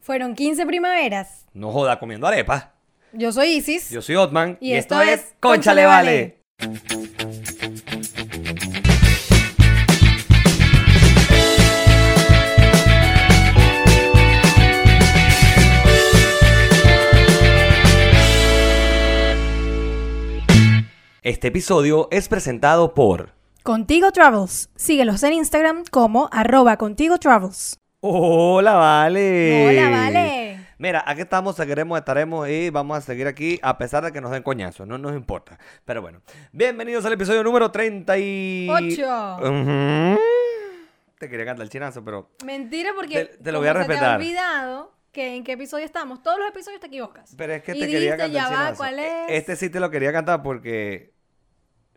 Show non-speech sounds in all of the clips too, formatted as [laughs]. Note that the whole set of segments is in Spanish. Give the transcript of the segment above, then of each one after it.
Fueron 15 primaveras. No joda comiendo arepas. Yo soy Isis. Yo soy Otman Y esto es Conchale Cónchale Vale. Este episodio es presentado por Contigo Travels. Síguelos en Instagram como arroba contigo travels. Hola, vale. Hola, vale. Mira, aquí estamos, seguiremos, estaremos y vamos a seguir aquí a pesar de que nos den coñazos, no nos importa. Pero bueno, bienvenidos al episodio número 38. Ocho. eh, Te quería cantar el chinazo, pero Mentira porque Te- te lo voy a como se respetar. te ha olvidado que en qué episodio estamos. Todos los episodios te equivocas. pero es que Y te dijiste, quería cantar ya el va, chinazo. ¿cuál E- es? Este sí te lo quería cantar porque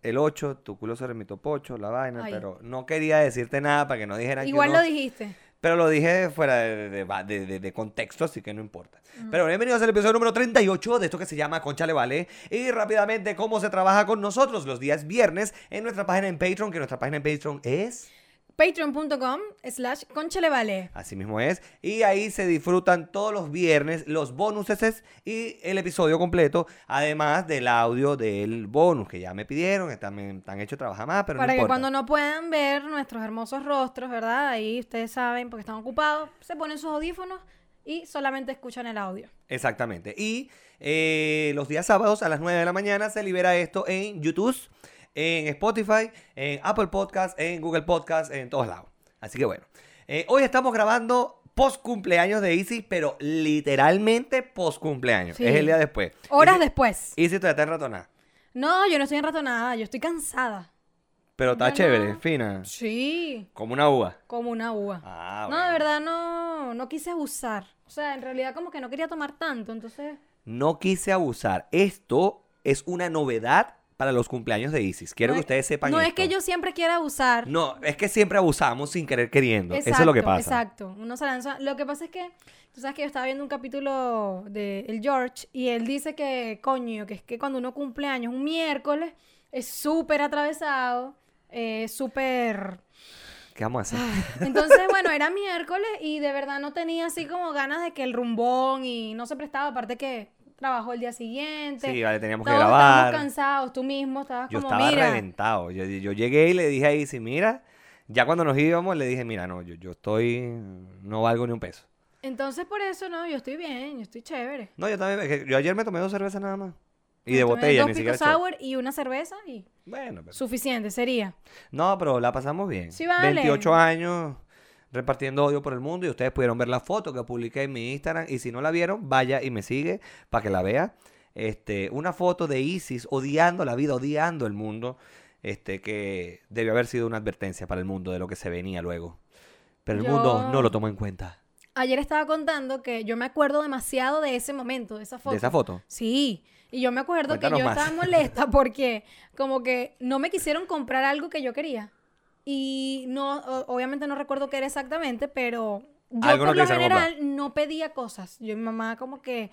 el 8, tu culo se mi pocho, la vaina, Ay. pero no quería decirte nada para que no dijeran Igual que uno- lo dijiste. Pero lo dije fuera de, de- de- de- de contexto, así que no importa. Pero bienvenidos al episodio número 38 de esto que se llama Concha Le Vale. Y rápidamente, cómo se trabaja con nosotros los días viernes en nuestra página en Patreon, que nuestra página en Patreon es... Patreon.com slash conchalevale. Así mismo es. Y ahí se disfrutan todos los viernes los bonuses y el episodio completo, además del audio del bonus que ya me pidieron, que también están hecho trabajar más, pero Para no que importa. cuando no puedan ver nuestros hermosos rostros, ¿verdad? Ahí ustedes saben porque están ocupados. Se ponen sus audífonos y solamente escuchan el audio. Exactamente. Y eh, los días sábados a las 9 de la mañana se libera esto en YouTube, en Spotify, en Apple Podcast, en Google Podcast, en todos lados. Así que bueno. Eh, hoy estamos grabando post cumpleaños de Easy, pero literalmente post cumpleaños. Sí. Es el día después. Horas Izzy- después. Izzy todavía está en ratonada, No, yo no estoy en rato nada. Yo estoy cansada. pero está Bueno. chévere, fina. Sí, Como una uva. como una uva. Ah, No, bueno. de verdad no, no quise abusar. O sea, en realidad como que no quería tomar tanto, entonces... No quise abusar. Esto es una novedad para los cumpleaños de Isis. Quiero no que es- ustedes sepan No es esto. que yo siempre quiera abusar. No, es que siempre abusamos sin querer queriendo. Eso es lo que Exacto, pasa. Exacto, uno se lanza. Lo que pasa es que, tú sabes que yo estaba viendo un capítulo de El George y él dice que, coño, que es que cuando uno cumple años un miércoles es súper atravesado, eh, súper... ¿Qué vamos a hacer? Entonces, bueno, era miércoles y de verdad no tenía así como ganas de que el rumbón y no se prestaba, aparte que trabajó el día siguiente. Sí, vale, teníamos que Todos grabar. estábamos cansados, tú mismo estabas Yo como, estaba mira, reventado. Yo, yo llegué y le dije a Isi, mira, ya cuando nos íbamos le dije, mira, no, yo, yo estoy, no valgo ni un peso. entonces por eso no, yo estoy bien, yo estoy chévere. No, yo también, es que yo ayer me tomé dos cervezas nada más. Y Me de tomé botella, dos ni pico siquiera. shot. sour y una cerveza y Bueno, pero- suficiente sería. No, pero la pasamos bien. Sí, vale. 28 años repartiendo odio por el mundo y ustedes pudieron ver la foto que publiqué en mi Instagram y si no la vieron, vaya y me sigue para que la vea. Este, una foto de Isis odiando la vida, odiando el mundo, este que debió haber sido una advertencia para el mundo de lo que se venía luego. Pero el Yo- mundo no lo tomó en cuenta Ayer estaba contando que yo me acuerdo demasiado de ese momento, de esa foto. de esa foto. Sí, y yo me acuerdo Cuéntanos que yo más. estaba molesta [laughs] porque como que no me quisieron comprar algo que yo quería. Y no, o- obviamente no recuerdo qué era exactamente, pero yo Algo no por lo quisieron general no pedía cosas. Yo y mi mamá como que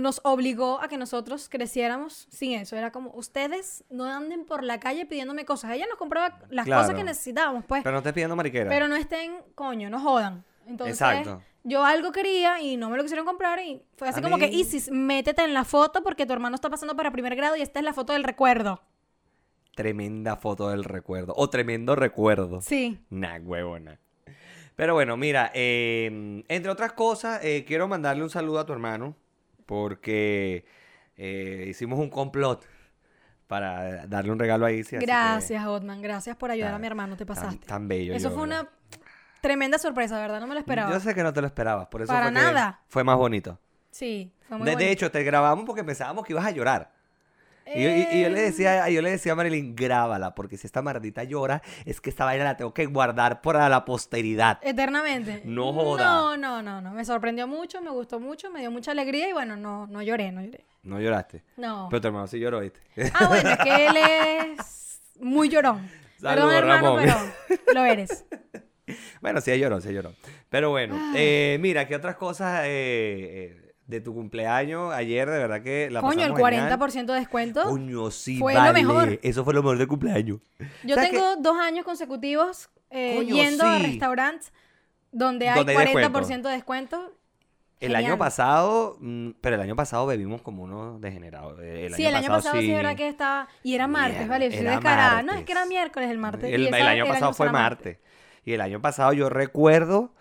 nos obligó a que nosotros creciéramos sin eso. Era como, ustedes no anden por la calle pidiéndome cosas. Ella nos compraba las cosas Claro. que necesitábamos, pues. Pero no estés pidiendo mariquera. Pero no estén, coño, no jodan. Entonces, Exacto. yo algo quería y no me lo quisieron comprar y fue así A como que, mí- Isis, métete en la foto porque tu hermano está pasando para primer grado y esta es la foto del recuerdo. Tremenda foto del recuerdo o tremendo recuerdo. Sí. Nah, huevona. Pero bueno, mira, eh, entre otras cosas, eh, quiero mandarle un saludo a tu hermano porque eh, hicimos un complot para darle un regalo a Isi. así que Gracias, Otman. Gracias por ayudar a Tan- mi hermano. Te Tan, pasaste. tan bello. Eso yo- fue una tremenda sorpresa, ¿verdad? No me lo esperaba. Yo sé que no te lo esperabas, por eso Para fue que nada. fue más bonito. Sí, fue muy De, de bonito. hecho, te grabamos porque pensábamos que ibas a llorar. Y, yo- y- y yo le Eh, decía, yo le decía a Marilyn, grábala, porque si esta maldita llora, es que esta vaina la tengo que guardar para la posteridad. Eh, Eternamente. No joda. No, no, no, no. Me sorprendió mucho, me gustó mucho, me dio mucha alegría y bueno, no, no lloré, no lloré. No lloraste. No. Pero tu hermano sí lloró, ¿viste? Ah, bueno, es que él es muy llorón. Saludos, Perdón, hermano, Ramón. pero lo eres. Bueno, sí lloró, sí lloró. Pero bueno, eh, mira, ¿qué otras cosas eh, eh, de tu cumpleaños ayer? De verdad que [laughs] la Coño, el pasamos genial. 40% de descuento. Coño, sí, Fue lo vale. mejor. Eso fue lo mejor del cumpleaños. Yo ¿Sabes tengo dos años consecutivos eh, Coño, yendo a sí. restaurantes donde hay Donde hay 40% de descuento. El Genial. año pasado, mm, pero el año pasado bebimos como unos degenerados. El sí, el año pasado sí, es verdad que estaba. Y era martes, Mierda, ¿vale? Yo soy era descarada. No, es martes. que era miércoles el martes. y El, esa- el año pasado fue era martes. Y el año pasado yo recuerdo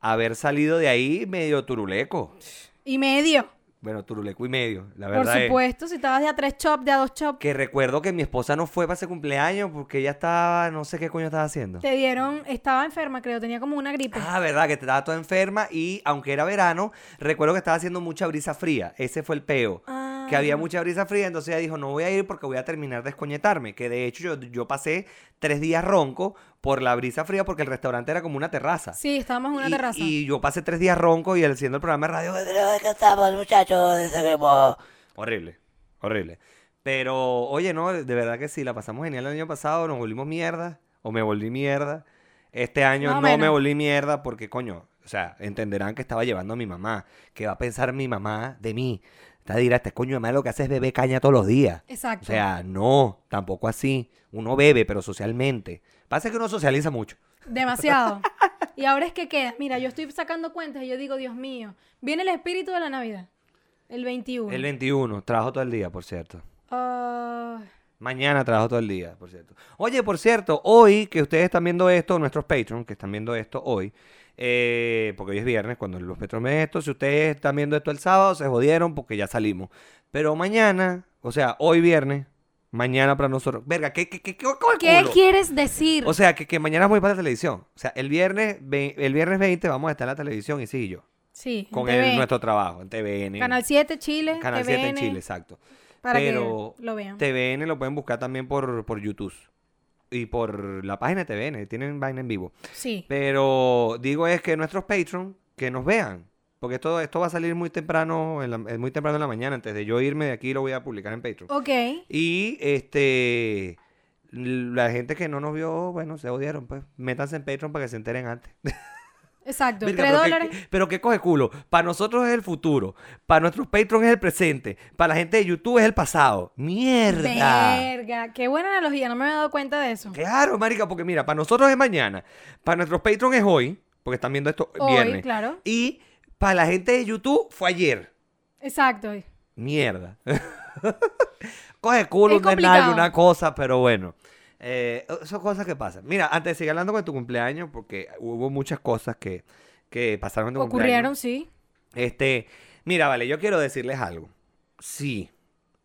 haber salido de ahí medio turuleco. Y medio. Bueno, turuleco y medio, la Por verdad. es supuesto, si estabas de a tres chop, de a dos chop, que recuerdo que mi esposa no fue para ese cumpleaños porque ella estaba, no sé qué coño estaba haciendo. te dieron. Estaba enferma, creo. Tenía como una gripe. Ah, verdad, que estaba toda enferma y aunque era verano, recuerdo que estaba haciendo mucha brisa fría. Ese fue el peo. Ah. Que había mucha brisa fría, entonces ella dijo, no voy a ir porque voy a terminar de escoñetarme. Que de hecho yo, yo pasé tres días ronco por la brisa fría porque el restaurante era como una terraza. Sí, estábamos en una y, terraza. y yo pasé tres días ronco y haciendo el programa de radio. Pero que estamos, muchachos, desde que hemos- Horrible, horrible. Pero, oye, no, de verdad que sí, la pasamos genial el año pasado, nos volvimos mierda, o me volví mierda. Este año Más o no, me menos. volví mierda porque, coño, o sea, entenderán que estaba llevando a mi mamá, que va a pensar mi mamá de mí. Está dirá, este coño de madre lo que hace es beber caña todos los días. O Exacto. sea, no, tampoco así. Uno bebe, pero socialmente. Pasa que uno socializa mucho. Demasiado. y ahora es que queda. Mira, yo estoy sacando cuentas y yo digo, Dios mío, viene el espíritu de la Navidad. El 21. El 21, trabajo todo el día, por cierto. Ah, Mañana trabajo todo el día, por cierto. Oye, por cierto, hoy que ustedes están viendo esto, nuestros Patreon que están viendo esto hoy, eh, porque hoy es viernes cuando los Patreon ven esto, si ustedes están viendo esto el sábado, se jodieron porque ya salimos. Pero mañana, o sea, hoy viernes, mañana para nosotros. Verga, ¿qué, qué, qué, qué, cómo el ¿Qué culo? quieres decir? O sea, que, que mañana voy para la televisión. O sea, el viernes, ve- el viernes 20 vamos a estar en la televisión y sí, yo. sí, en Con el- TVN. nuestro trabajo en TVN. Canal 7 Chile. Canal 7 en Chile, exacto. Para Pero que lo vean. TVN lo pueden buscar también por, por YouTube y por la página de TVN, tienen vaina en vivo. Sí. Pero digo es que nuestros Patreon, que nos vean, porque esto, esto va a salir muy temprano, en la- eh, muy temprano en la mañana, antes de yo irme de aquí lo voy a publicar en Patreon. Ok. Y este la gente que no nos vio, bueno, se odiaron, pues métanse en Patreon para que se enteren antes. Exacto. Verga, 3 pero dólares. Que, pero que coge culo. Para nosotros es el futuro. Para nuestros Patreon es el presente. Para la gente de YouTube es el pasado. Mierda. Verga. Qué buena analogía. No me había dado cuenta de eso. Claro, marica, porque mira, para nosotros es mañana. Para nuestros Patreon es hoy, porque están viendo esto Hoy, viernes. claro. Y para la gente de YouTube fue ayer. Exacto. Mierda. [laughs] Coge culo, Es un denal complicado. una cosa, pero bueno. Eh, son cosas que pasan. Mira, antes de seguir hablando con tu cumpleaños, porque hubo muchas cosas que, que pasaron en tu Ocurrieron, cumpleaños. sí. Este, mira, vale, yo quiero decirles algo. Sí,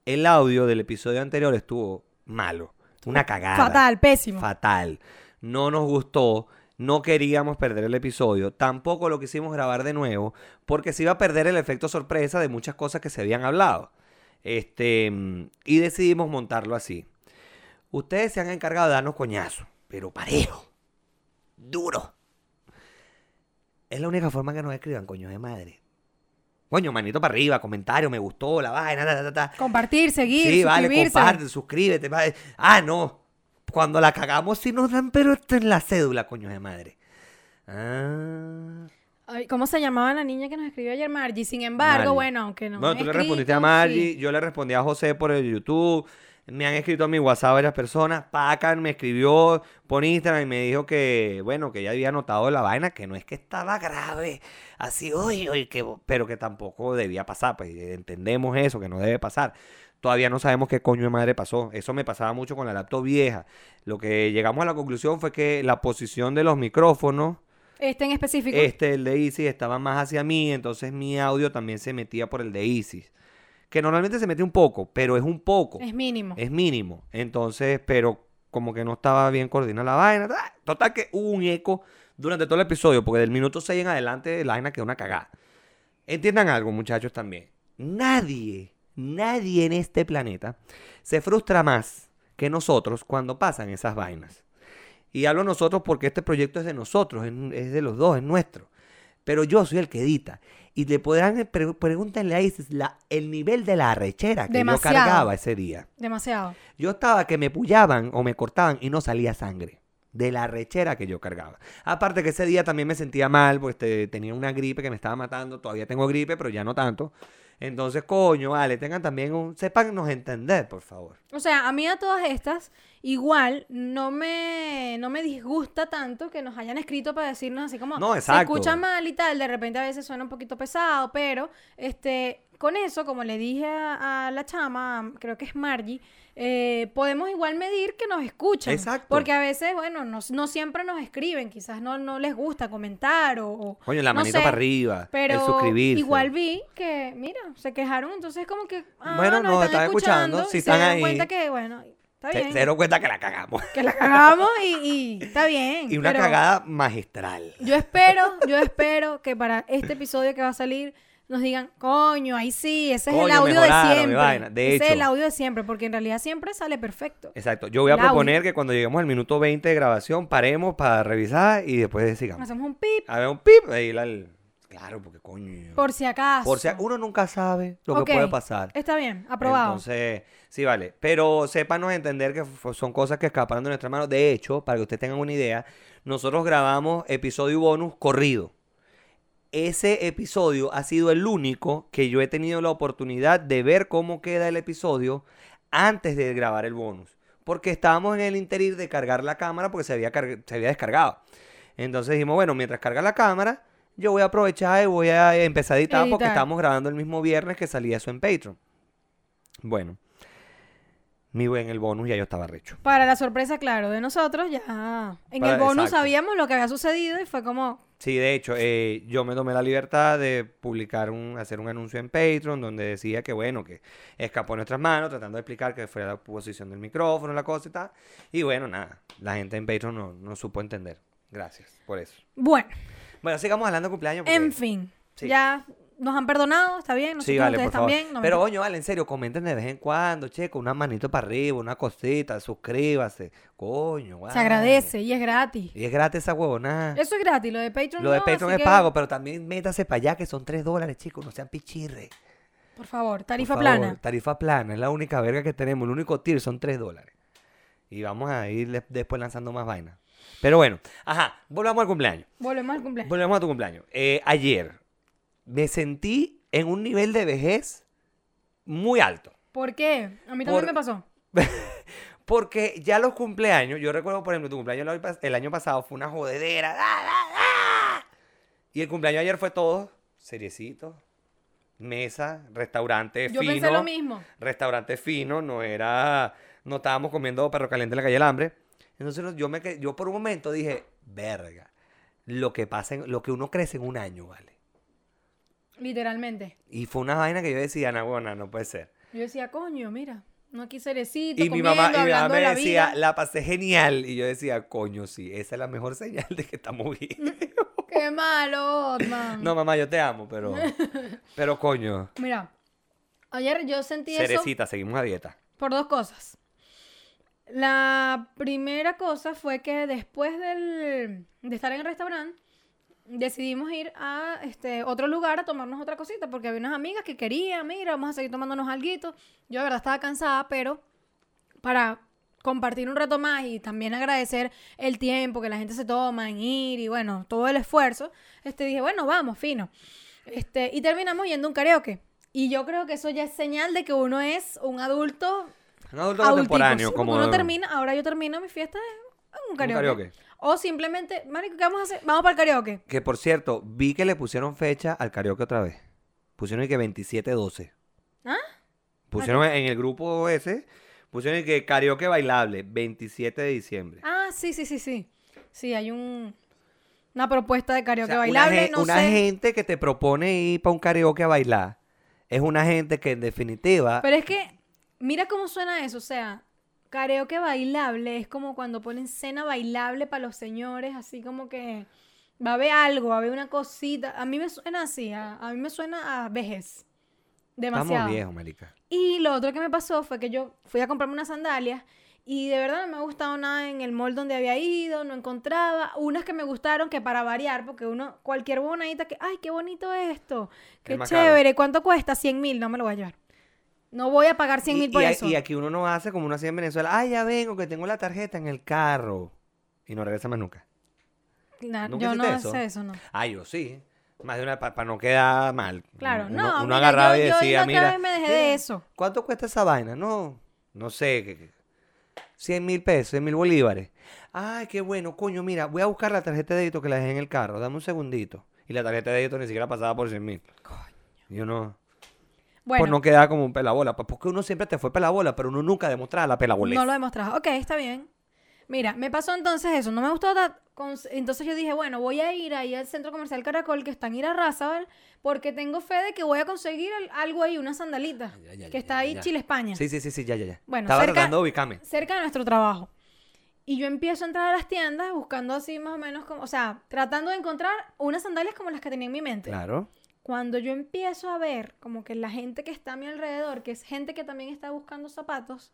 el audio del episodio anterior estuvo malo. Una cagada. Fatal, pésimo. Fatal. No nos gustó. No queríamos perder el episodio. Tampoco lo quisimos grabar de nuevo. Porque se iba a perder el efecto sorpresa de muchas cosas que se habían hablado. Este, mm, y decidimos montarlo así. Ustedes se han encargado de darnos coñazo. Pero parejo. Duro. Es la única forma que nos escriban, coño de madre. Coño, manito para arriba, comentario, me gustó, la vaina, ta, ta, ta, ta. Compartir, seguir, Sí, vale, suscribirse. comparte, suscríbete. vale. Ah, no. Cuando la cagamos sí nos dan, pero esto en la cédula, coño de madre. Ah. Ay, ¿Cómo se llamaba la niña que nos escribió ayer? Margie. Sin embargo, Margie. bueno, aunque no. bueno, me tú le escrito, respondiste a sí. Margie, yo le respondí a José por el YouTube. Me han escrito a mi WhatsApp varias personas. Pacan me escribió por Instagram y me dijo que, bueno, que ya había notado la vaina, que no es que estaba grave, así, uy, uy, que, pero que tampoco debía pasar. Pues entendemos eso, que no debe pasar. Todavía no sabemos qué coño de madre pasó. Eso me pasaba mucho con la laptop vieja. Lo que llegamos a la conclusión fue que la posición de los micrófonos Este en específico. este, el de Isis, estaba más hacia mí, entonces mi audio también se metía por el de Isis. Que normalmente se mete un poco, pero es un poco. es mínimo. Es mínimo. Entonces, pero como que no estaba bien coordinada la vaina. ta. Total que hubo un eco durante todo el episodio, porque del minuto 6 en adelante la vaina quedó una cagada. Entiendan algo, muchachos, también. Nadie, nadie en este planeta se frustra más que nosotros cuando pasan esas vainas. Y hablo nosotros porque este proyecto es de nosotros, es, es de los dos, es nuestro. Pero yo soy el que edita. Y le podrán, pre- pregúntenle a Isis la- el nivel de la arrechera que Demasiado. yo cargaba ese día. Demasiado. Yo estaba que me pullaban o me cortaban y no salía sangre de la rechera que yo cargaba. Aparte que ese día también me sentía mal, pues te- tenía una gripe que me estaba matando, todavía tengo gripe, pero ya no tanto. Entonces, coño, vale, tengan también un... Sépannos entender, por favor. O sea, a mí a todas estas, Igual, no me, no me disgusta tanto que nos hayan escrito para decirnos así como, No, se exacto. escucha mal y tal, de repente a veces suena un poquito pesado, pero este, con eso, como le dije a, a la chama, a- creo que es Margie, eh, podemos igual medir que nos escuchan. Exacto. Porque a veces, bueno, no, no siempre nos escriben, quizás no, no les gusta comentar o... o Coño, la no manito sé, para arriba. Pero el suscribirse. igual vi que, mira, se quejaron, entonces como que... ah, Bueno, nos están escuchando, y si se están dieron ahí. cuenta que, bueno, está Se, bien. se dieron cuenta que la cagamos. Que la cagamos y, y está bien. [laughs] Y una pero cagada magistral. Yo espero, yo espero que para este episodio que va a salir nos digan, coño, ahí sí, ese es el Coño, audio de mejoraron, y siempre. vaina. De ese es hecho. el audio de siempre, porque en realidad siempre sale perfecto. Exacto. Yo voy a El audio. proponer que cuando lleguemos al minuto 20 de grabación, paremos para revisar y después sigamos. Hacemos un pip A ver, un pip. ahí la- el- Claro, porque coño. por si acaso. Por si a- uno nunca sabe lo Ok, que puede pasar. Está bien, aprobado. Entonces, sí, vale. Pero sépanos entender que f- son cosas que escaparon de nuestra mano. De hecho, para que ustedes tengan una idea, nosotros grabamos episodio bonus corrido. Ese episodio ha sido el único que yo he tenido la oportunidad de ver cómo queda el episodio antes de grabar el bonus. Porque estábamos en el interir de cargar la cámara porque se había, carg- se había descargado. Entonces dijimos, bueno, mientras carga la cámara, yo voy a aprovechar y voy a empezar a editar porque Editar. estábamos grabando el mismo viernes que salía eso en Patreon. Bueno. Mi buen el bonus ya yo estaba recho. Para la sorpresa, claro, de nosotros, ya. En Para- el bonus exacto. sabíamos lo que había sucedido y fue como, Sí, de hecho, eh, yo me tomé la libertad de publicar un, hacer un anuncio en Patreon donde decía que bueno, que escapó de nuestras manos, tratando de explicar que fue la posición del micrófono, la cosa y tal. Y bueno, nada, la gente en Patreon no, no supo entender. Gracias por eso. bueno, Bueno, sigamos hablando de cumpleaños. porque- en fin. Sí. Ya nos han perdonado, está bien, nosotros Sí, vale, por ustedes favor. también. no me- Pero, oño, vale, en serio, comenten de vez en cuando, che, con una manito para arriba, una cosita, suscríbase. Coño, vale. se agradece y es gratis. Y es gratis esa huevonada. Eso es gratis, lo de Patreon. Lo de no, Patreon así que, es pago, pero también métase para allá que son 3 dólares, chicos, no sean pichirres. Por Por favor, tarifa favor, plana. Tarifa plana, es la única verga que tenemos, el único tier son 3 dólares. Y vamos a ir le- después lanzando más vainas. Pero bueno, ajá, volvamos al cumpleaños. Volvemos al cumpleaños. Volvemos a tu cumpleaños. Eh, ayer me sentí en un nivel de vejez muy alto. ¿Por qué? A mí también Por- me pasó. Porque ya los cumpleaños, yo recuerdo, por ejemplo, tu cumpleaños el año pas- el año pasado fue una jodedera. ¡ah, ah, ah! Y el cumpleaños de ayer fue todo seriecito. Mesa, restaurante Yo fino. pensé lo mismo. Restaurante fino, no era. No estábamos comiendo perro caliente en la calle del hambre. Entonces no- yo, me, que- yo por un momento dije, verga, lo que, pasa en- lo que uno crece en un año, ¿vale? Literalmente. Y fue una vaina que yo decía, no, bueno, no puede ser. Yo decía, coño, mira, no aquí cerecito, Y mi comiendo, mamá, y mi mamá hablando me de la decía, vida. la pasé genial. Y yo decía, coño, sí, esa es la mejor señal de que estamos Mm, bien. Qué malo, Otman. [laughs] No, mamá, yo te amo, [laughs] pero. Pero coño. Mira, ayer yo sentí eso Cerecita, seguimos a dieta. por dos cosas. La primera cosa fue que después del, de estar en el restaurante, decidimos ir a este, otro lugar a tomarnos otra cosita, porque había unas amigas que querían, mira, vamos a seguir tomándonos alguito. Yo de verdad estaba cansada, pero para compartir un rato más y también agradecer el tiempo que la gente se toma en ir y bueno, todo el esfuerzo, este, dije, bueno, vamos, fino. Este, y terminamos yendo a un karaoke. Y yo creo que eso ya es señal de que uno es un adulto Un adulto adultico, contemporáneo, sí, porque como. uno termina, ahora yo termino mi fiesta en un un karaoke. karaoke. O simplemente, marico, ¿qué vamos a hacer? Vamos para el karaoke. Que por cierto, vi que le pusieron fecha al karaoke otra vez. Pusieron y que 27-12. ¿Ah? Pusieron en el grupo ese, pusieron y que karaoke bailable, 27 de diciembre. Ah, sí, sí, sí, sí. Sí, hay un una propuesta de karaoke O sea, una bailable, gen- no una sé. gente que te propone ir para un karaoke a bailar es una gente que en definitiva Pero es que mira cómo suena eso, o sea, karaoke bailable es como cuando ponen cena bailable para los señores, así como que va a haber algo, va a haber una cosita. A mí me suena así, a, a mí me suena a vejez. Demasiado. estamos viejos, marica. Y lo otro que me pasó fue que yo fui a comprarme unas sandalias y de verdad no me ha gustado nada en el mall donde había ido, no encontraba unas que me gustaron que para variar, porque uno, cualquier bonadita que, ay, qué bonito esto, qué más chévere, ¿cuánto cuesta? 100 mil, no me lo voy a llevar. No voy a pagar 100 Y- mil y, por a- eso. y aquí uno no hace como uno hacía en Venezuela, ay, ya vengo, que tengo la tarjeta en el carro. Y no regresa más nunca. Na- ¿Nunca yo no hiciste eso? sé eso, no. Ah, yo sí. Más de una para no quedar mal. Claro, Uno- no, Uno, mira, agarraba yo- y yo decía, la otra mira. vez me dejé de mira, eso". ¿Cuánto cuesta esa vaina? No, no sé. que- que- 100 mil pesos, 100 mil bolívares. Ay, qué bueno, coño, mira, voy a buscar la tarjeta de débito que la dejé en el carro, dame un segundito. Y la tarjeta de débito ni siquiera pasaba por 100 mil. Yo no. Bueno, Pues no quedaba como un pelabola. pues, Porque uno siempre te fue pelabola, pero uno nunca demostraba la pelaboleza. no lo hemos trabajado. Ok, está bien. Mira, me pasó entonces eso. No me gustó. ta- cons- Entonces yo dije, bueno, voy a ir ahí al centro comercial Caracol, que está en Irarrázaval, porque tengo fe de que voy a conseguir al- algo ahí, una sandalita, Ya, ya, que ya, está ya, ahí ya. Chile, España. Sí, sí, sí, sí, ya, ya, ya. Bueno, Estaba cerca- tratando de ubicarme. cerca de nuestro trabajo. Y yo empiezo a entrar a las tiendas buscando así más o menos, como, o sea, tratando de encontrar unas sandalias como las que tenía en mi mente. Claro. Cuando yo empiezo a ver como que la gente que está a mi alrededor, que es gente que también está buscando zapatos,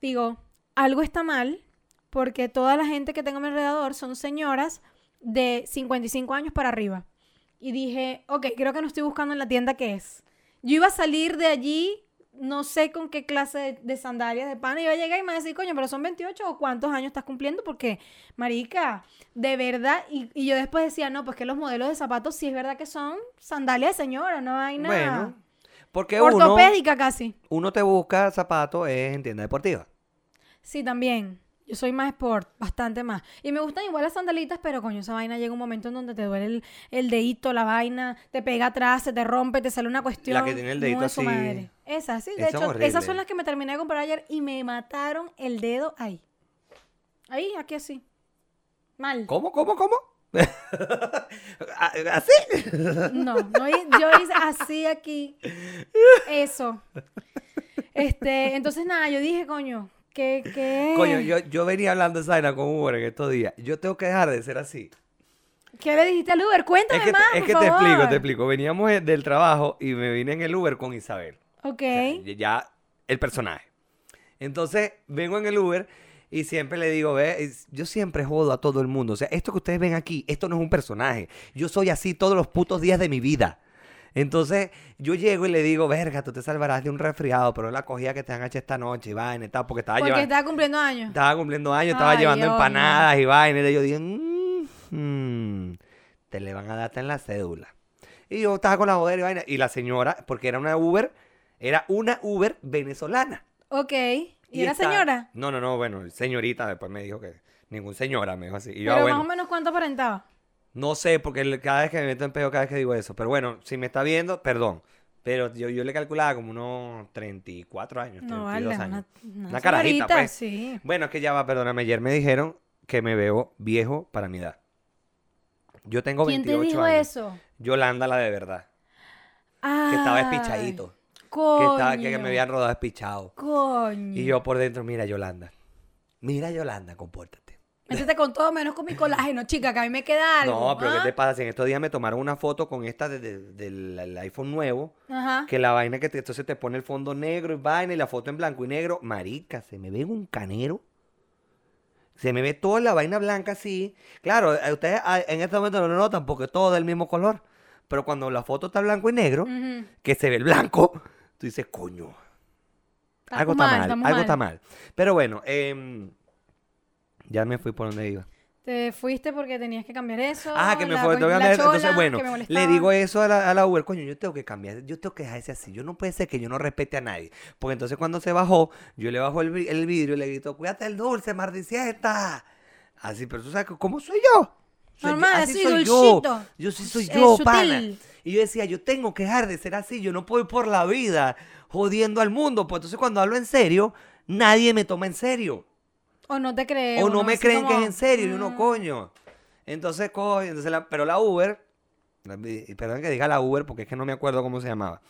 digo, algo está mal porque toda la gente que tengo a mi alrededor son señoras de 55 años para arriba. Y dije, ok, creo que no estoy buscando en la tienda que es. Yo iba a salir de allí, no sé con qué clase de, de sandalias de pana iba a llegar y me iba a decir, coño, pero son 28 o cuántos años estás cumpliendo porque, marica, de verdad. Y, y yo después decía, no, pues que los modelos de zapatos sí es verdad que son sandalias de señora, no hay nada. Bueno. Porque uno, Ortopédica casi. uno te busca zapatos es en tienda deportiva. Sí, también. Yo soy más sport, bastante más. Y me gustan igual las sandalitas, pero coño, esa vaina llega un momento en donde te duele el, el dedito, la vaina, te pega atrás, se te rompe, te sale una cuestión. La que tiene el dedito No, eso, así. madre. Esas, sí. De Esas hecho, son esas horribles. son las que me terminé de comprar ayer y me mataron el dedo ahí. Ahí, aquí así. Mal. ¿Cómo, cómo, cómo? [laughs] ¿Ah, ¿Así? No, no hi- yo hice así aquí. Eso. Este, entonces nada, yo dije, coño, ¿qué, qué, Coño, yo, yo venía hablando de esa vaina con Uber en estos días. Yo tengo que dejar de ser así. ¿qué le dijiste al Uber? Cuéntame es que, te, más, es por que te explico, favor. te explico. Veníamos eh, del trabajo y me vine en el Uber con Isabel. Ok. O sea, ya- ya el personaje. Entonces, vengo en el Uber y siempre le digo, ve, es- yo siempre jodo a todo el mundo. O sea, esto que ustedes ven aquí, esto no es un personaje. Yo soy así todos los putos días de mi vida. Entonces, yo llego y le digo, verga, tú te salvarás de un resfriado, pero es la cogida que te han hecho esta noche y vaina y tal, porque estaba Porque llevando... estaba cumpliendo años. Estaba cumpliendo años, estaba Ay, llevando Dios, empanadas y vainas. Y yo dije, "Mm, mm, te le van a dar hasta en la cédula. Y yo estaba con la jodera y vaina. Y la señora, porque era una Uber, era una Uber venezolana. Ok. ¿Y, era estaba- señora? No, no, no, bueno, señorita después me dijo que ningún señora, me dijo así. Y yo, Pero "Ah, bueno, más o menos cuánto aparentaba. no sé, porque el- cada vez que me meto en pedo, cada vez que digo eso. Pero bueno, si me está viendo, perdón. Pero yo, yo le calculaba como unos 34 años, 32 No vale, una, Este, años. una Una carajita, señorita, pues. sí. Bueno, es que ya va, perdóname. Ayer me dijeron que me veo viejo para mi edad. Yo tengo ¿Quién 28 te dijo años. eso? Yolanda, la de verdad. Ah, Que estaba espichadito. Que, Coño. estaba, que, que me habían rodado espichado. Coño. Y yo por dentro, mira, Yolanda. Mira, Yolanda, compórtate. Métete con todo menos con mi colágeno, chica, que a mí me queda algo. No, pero ¿ah? ¿qué te pasa? Si en estos días me tomaron una foto con esta de- de- del del iPhone nuevo. Ajá. Que la vaina que te, entonces te pone el fondo negro y vaina y la foto en blanco y negro. Marica, se me ve un canero. Se me ve toda la vaina blanca así. Claro, eh, ustedes ah, en este momento no lo notan porque todo del mismo color. Pero cuando la foto está blanco y negro, Ujú. que se ve el blanco, tú dices, coño, Estamos algo está mal, estamos algo está mal. Pero bueno, em, ya me fui por donde iba. Te fuiste porque tenías que cambiar eso. Ah, que me la fue. co- tengo que la hablar- chola, entonces, bueno, que me le molestaba. digo eso a la, a la Uber, coño, yo tengo que cambiar, yo tengo que dejarse así. Yo no puede ser que yo no respete a nadie. Porque entonces cuando se bajó, yo le bajo el, vi- el vidrio y le grito, cuídate el dulce, mardicieta. Así, pero tú sabes que- cómo soy yo. Soy yo- Normal, así, yo. dulcito. Yo sí soy Es yo, sutil. pana. Y yo decía, yo tengo que dejar de ser así, yo no puedo ir por la vida jodiendo al mundo. Pues entonces cuando hablo en serio, nadie me toma en serio. O no te creen. O no me así creen que como, es en serio, y uno, mm, coño. Entonces, coño, entonces la- pero la Uber, la- y perdón que diga la Uber porque es que no me acuerdo cómo se llamaba.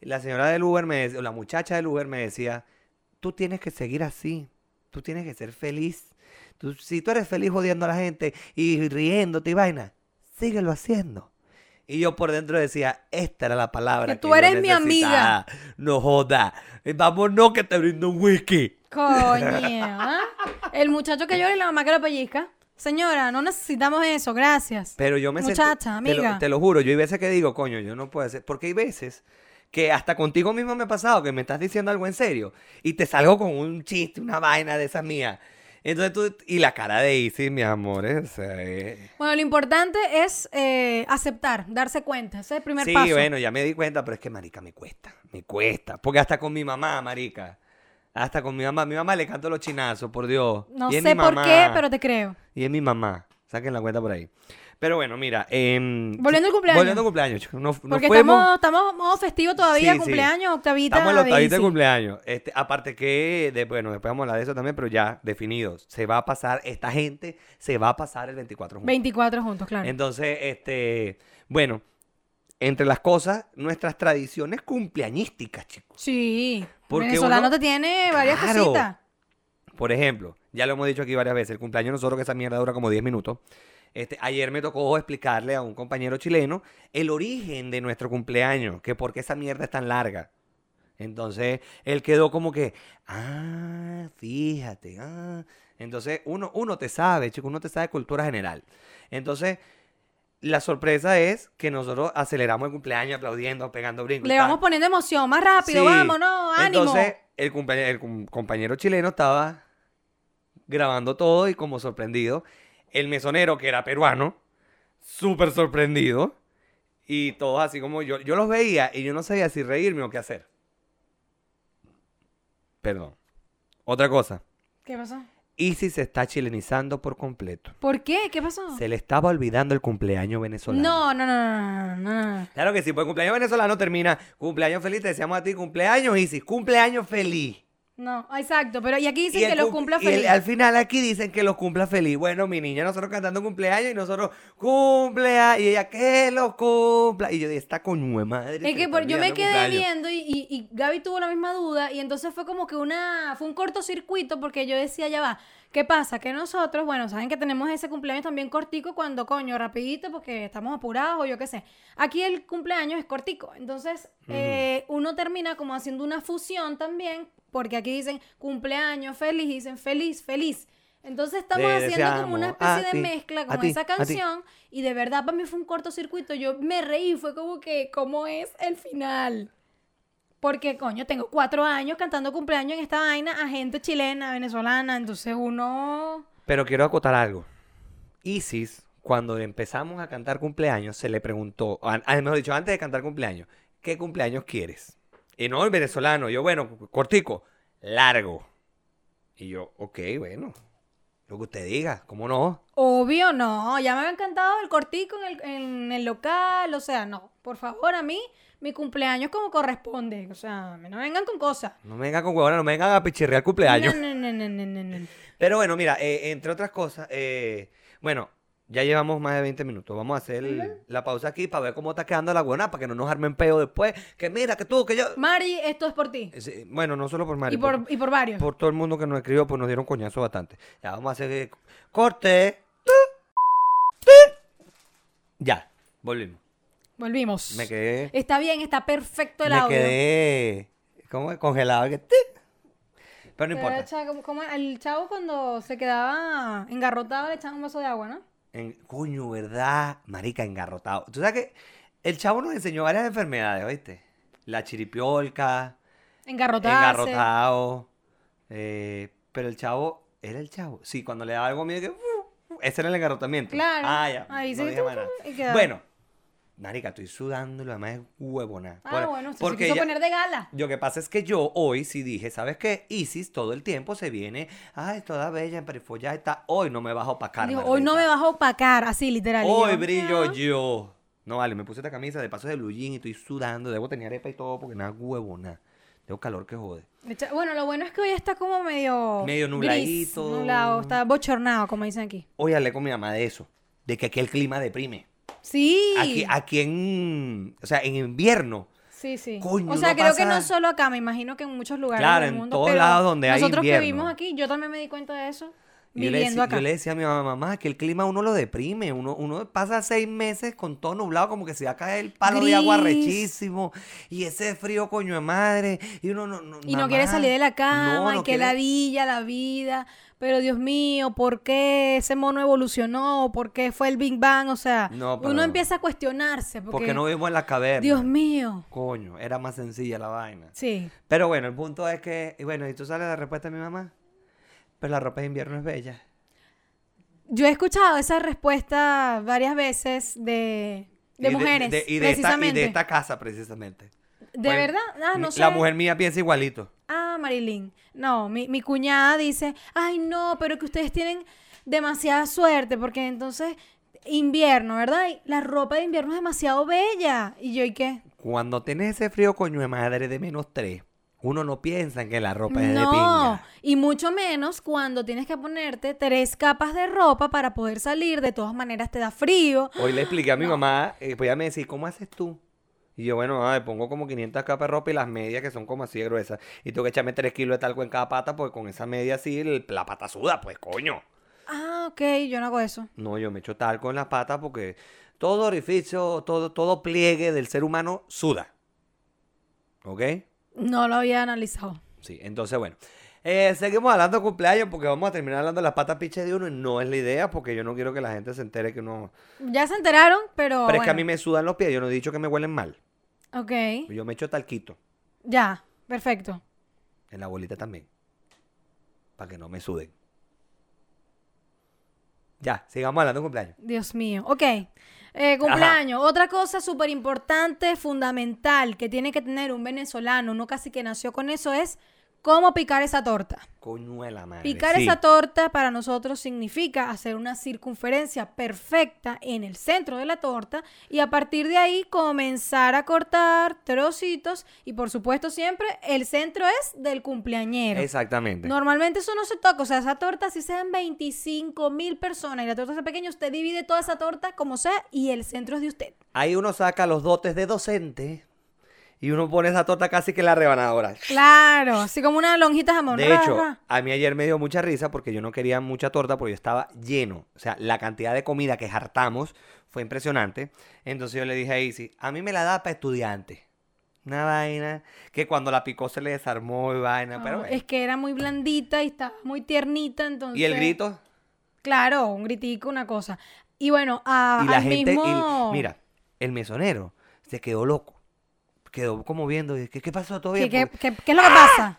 La señora del Uber me decía, o la muchacha del Uber me decía, tú tienes que seguir así, tú tienes que ser feliz. Tú- si tú eres feliz jodiendo a la gente y riéndote y vaina, síguelo haciendo. Y yo por dentro decía, esta era la palabra. Que tú eres mi necesitaba. No joda. Vámonos que te brindo un whisky. Coño. ¿ah? El muchacho que llora y la mamá que lo pellizca. Señora, no necesitamos eso, gracias. Pero yo me sentí- Muchacha, te lo- Te amiga. lo, juro, yo hay veces que digo, coño, yo no puedo hacer. Porque hay veces que hasta contigo mismo me ha pasado que me estás diciendo algo en serio y te salgo con un chiste, una vaina de esas mías. Entonces tú. Y la cara de Isis, mis amores. o sea, eh. Bueno, lo importante es eh, aceptar, darse cuenta. Ese es el primer Sí, paso. bueno, ya me di cuenta, pero es que, marica, me cuesta. Me cuesta. Porque hasta con mi mamá, marica. Hasta con mi mamá. Mi mamá le canto los chinazos, por Dios. No Y es sé mi por mamá. qué, pero te creo. Y es mi mamá. Saquen la cuenta por ahí. Pero bueno, mira. em, Volviendo al cumpleaños. Volviendo al cumpleaños, chicos. Nos, nos Porque fuimos- estamos, estamos modo festivo todavía, Sí, sí. cumpleaños, octavita. Estamos en la octavita de Daisy. cumpleaños. Este, aparte que, de- bueno, después vamos a hablar de eso también, pero ya definidos. Se va a pasar, esta gente se va a pasar el 24 juntos. 24 juntos, claro. Entonces, este, bueno, entre las cosas, nuestras tradiciones cumpleañísticas, chicos. Sí. Porque venezolano uno- te tiene varias Claro. cositas. Por ejemplo, ya lo hemos dicho aquí varias veces, el cumpleaños de nosotros, que esa mierda dura como 10 minutos. Este, ayer me tocó explicarle a un compañero chileno el origen de nuestro cumpleaños, que por qué esa mierda es tan larga. Entonces, él quedó como que, ah, fíjate, ah. Entonces, uno, uno te sabe, chico, uno te sabe cultura general. Entonces, la sorpresa es que nosotros aceleramos el cumpleaños aplaudiendo, pegando brincos. y Le tal. vamos poniendo emoción, más rápido, Sí. vámonos, ánimo. Entonces, el, compañero, el cum- compañero chileno estaba grabando todo y como sorprendido. El mesonero, que era peruano, súper sorprendido. Y todos así como yo. Yo los veía y yo no sabía si reírme o qué hacer. Perdón. Otra cosa. ¿Qué pasó? Isis se está chilenizando por completo. ¿Por qué? ¿Qué pasó? Se le estaba olvidando el cumpleaños venezolano. No, no, no, no, no, no. Claro que sí, pues el cumpleaños venezolano termina. Cumpleaños feliz, te deseamos a ti cumpleaños, Isis. Cumpleaños feliz. No, ah, exacto. Pero y aquí Y dicen el que lo cum- cumpla y el- feliz. al final aquí dicen que lo cumpla feliz. Bueno, mi niña, nosotros cantando cumpleaños y nosotros cumplea y ella que lo cumpla. Y yo dije, esta coño de madre. se Es le que está por- yo me olvidando quedé cumpleaños". viendo y, y- y Gaby tuvo la misma duda y entonces fue como que una, fue un cortocircuito porque yo decía, ya va, ¿qué pasa? Que nosotros, bueno, saben que tenemos ese cumpleaños también cortico cuando coño, rapidito porque estamos apurados o yo qué sé. Aquí el cumpleaños es cortico, entonces eh, uno termina como haciendo una fusión también porque aquí dicen cumpleaños feliz, y dicen feliz, feliz. Entonces estamos Te haciendo como una deseamos especie de a ti, mezcla a con ti, esa a ti. canción y de verdad para mí fue un cortocircuito. Yo me reí, fue como que, ¿cómo es el final? Porque, coño, tengo cuatro años cantando cumpleaños en esta vaina a gente chilena, venezolana, entonces uno... Pero quiero acotar algo. Isis, cuando empezamos a cantar cumpleaños, se le preguntó, an- ah, mejor dicho, antes de cantar cumpleaños, ¿qué cumpleaños quieres? Y no el venezolano. Yo, bueno, cortico, largo. Y yo, ok, bueno, lo que usted diga, ¿cómo no? Obvio, no, ya me habían cantado el cortico en el, en el local, o sea, no, por favor, a mí mi cumpleaños como corresponde, o sea, no vengan con cosas. No me vengan con huevones, no me vengan a pichirrear No, cumpleaños. no, no, no, no, no, no. Pero bueno, mira, eh, entre otras cosas, eh, bueno, ya llevamos más de 20 minutos. Vamos a hacer la pausa aquí para ver cómo está quedando la buena, para que no nos armen peo después. Que mira, que tú, que yo. Mari, esto es por ti. Eh, sí, Bueno, no solo por Mario, Y por, y por varios. por todo el mundo que nos escribió, pues nos dieron coñazo bastante. Ya vamos a hacer eh, corte. Ya, volvimos. Volvimos. Me quedé. Está bien, está perfecto el me audio. quedé. ¿Cómo es? Congelado. que ¡tic! Pero Pero no importa. echa como- como el chavo cuando se quedaba engarrotado le echaban un vaso de agua, ¿no? En, coño, ¿verdad? Marica, engarrotado. Tú sabes que el chavo nos enseñó varias enfermedades, ¿oíste? La chiripiolca, Engarrotarse. engarrotado. eh, pero el chavo, ¿era el chavo? Sí, cuando le daba algo miedo, que, uh, uh, ese era el engarrotamiento. Claro. Ah, ya. Ahí no sí, dije tú, más nada. y quedaba. Bueno, Marica, estoy sudando, lo demás es huevona. Ah, Por- bueno, usted se porque quiso ella- poner de gala. lo que pasa es que yo hoy sí dije, ¿sabes qué? Isis todo el tiempo se viene, ay, toda bella, emperifollada, está, hoy no me bajo para acá. Dijo, hoy no me vas a opacar, así literal. Y Hoy yo, brillo "Ah". yo. No vale, me puse esta camisa de paso de blue jean y estoy sudando. Debo tener arepa y todo porque nada huevo, nada. Tengo calor que jode. Echa- Bueno, lo bueno es que hoy está como medio. Medio gris, nubladito. nublado, está bochornado, como dicen aquí. Hoy hablé con mi mamá de eso, de que aquí el clima deprime. Sí. Aquí, ah, aquí en, o sea, en invierno. Sí, sí. Coño, o sea, no creo que pasa- no solo acá, me imagino que en muchos lugares Claro, del en mundo. todos pero lados donde hay Nosotros que invierno. vivimos aquí, yo también me di cuenta de eso Y Yo le, viviendo decía, acá. yo le decía a mi mamá, mamá, que el clima uno lo deprime. Uno, uno pasa seis meses con todo nublado, como que se va a caer el palo de agua Gris. rechísimo. Y ese frío, coño de madre. Y uno no. Y no quiere salir de la cama, y que la ladilla la vida. Pero Dios mío, ¿por qué ese mono evolucionó? ¿Por qué fue el Big Bang? O sea, No, para uno nada. empieza a cuestionarse. Porque, Porque no vivimos en la caverna. Dios mío. Coño, era más sencilla la vaina. Sí. Pero bueno, el punto es que, y bueno, ¿y tú sabes la respuesta de mi mamá? Pero la ropa de invierno es bella. Yo he escuchado esa respuesta varias veces de, Y de mujeres, de- y, de esta, y precisamente. de de, esta casa, precisamente. Pues, Bueno, verdad? Ah, no mi- sé. La mujer mía piensa igualito. a Ah, Marilyn. No, mi, mi cuñada dice, ay no, pero que ustedes tienen demasiada suerte porque entonces invierno, ¿verdad? Y la ropa de invierno es demasiado bella. Y yo, ¿y qué? Cuando tienes ese frío, coño de madre, de menos 3, uno no piensa en que la ropa es de No, piña. y mucho menos cuando tienes que ponerte tres capas de ropa para poder salir, de todas maneras te da frío. Hoy le expliqué a mi mamá, eh, pues ella me decía, ¿cómo haces tú? Y yo, bueno, mamá, me pongo como 500 capas de ropa y las medias que son como así de gruesas. Y tengo que echarme 3 kilos de talco en cada pata, porque con esa media así el- la pata suda, pues coño. Ah, ok, yo no hago eso. No, yo me echo talco en las patas porque todo orificio, todo, todo pliegue del ser humano suda. ¿Ok? No lo había analizado. Sí, entonces bueno. Eh, seguimos hablando de cumpleaños porque vamos a terminar hablando de las patas piches de uno y no es la idea porque yo no quiero que la gente se entere que uno... Ya se enteraron, pero. Pero es que a mí bueno. me sudan los pies, yo no he dicho que me huelen mal. Ok, Yo me echo talquito ya, perfecto. en la bolita también para que no me suden. Ya, sigamos hablando de cumpleaños. Dios mío. Ok. eh, cumpleaños. Otra cosa súper importante, fundamental, que tiene que tener un venezolano, uno casi que nació con eso, es cómo picar esa torta. Coño de la madre. Picar sí. esa torta para nosotros significa hacer una circunferencia perfecta en el centro de la torta y a partir de ahí comenzar a cortar trocitos y por supuesto siempre el centro es del cumpleañero. Exactamente. Normalmente eso no se toca, o sea, esa torta si sean 25 mil personas y la torta sea pequeña, usted divide toda esa torta como sea y el centro es de usted. Ahí uno saca los dotes de docente y uno pone esa torta casi que en la rebanadora. Claro, así como una lonjita de jamón. De ra, hecho, ra. a mí ayer me dio mucha risa porque yo no quería mucha torta porque yo estaba lleno. O sea, la cantidad de comida que hartamos fue impresionante. Entonces yo le dije a Izzy, a mí me la da para estudiante. Una vaina que cuando la picó se le desarmó y vaina. Ah, pero bueno. es que era muy blandita y estaba muy tiernita, entonces... Y el grito. Claro, un gritico, una cosa. Y bueno, a, y la Ah, al gente. y- mismo... mira, el mesonero se quedó loco. Quedó como viendo. y, ¿Qué, qué pasó? ¿Todo ¿Qué, bien? qué, Porque- ¡Ah! qué- qué es lo que pasa?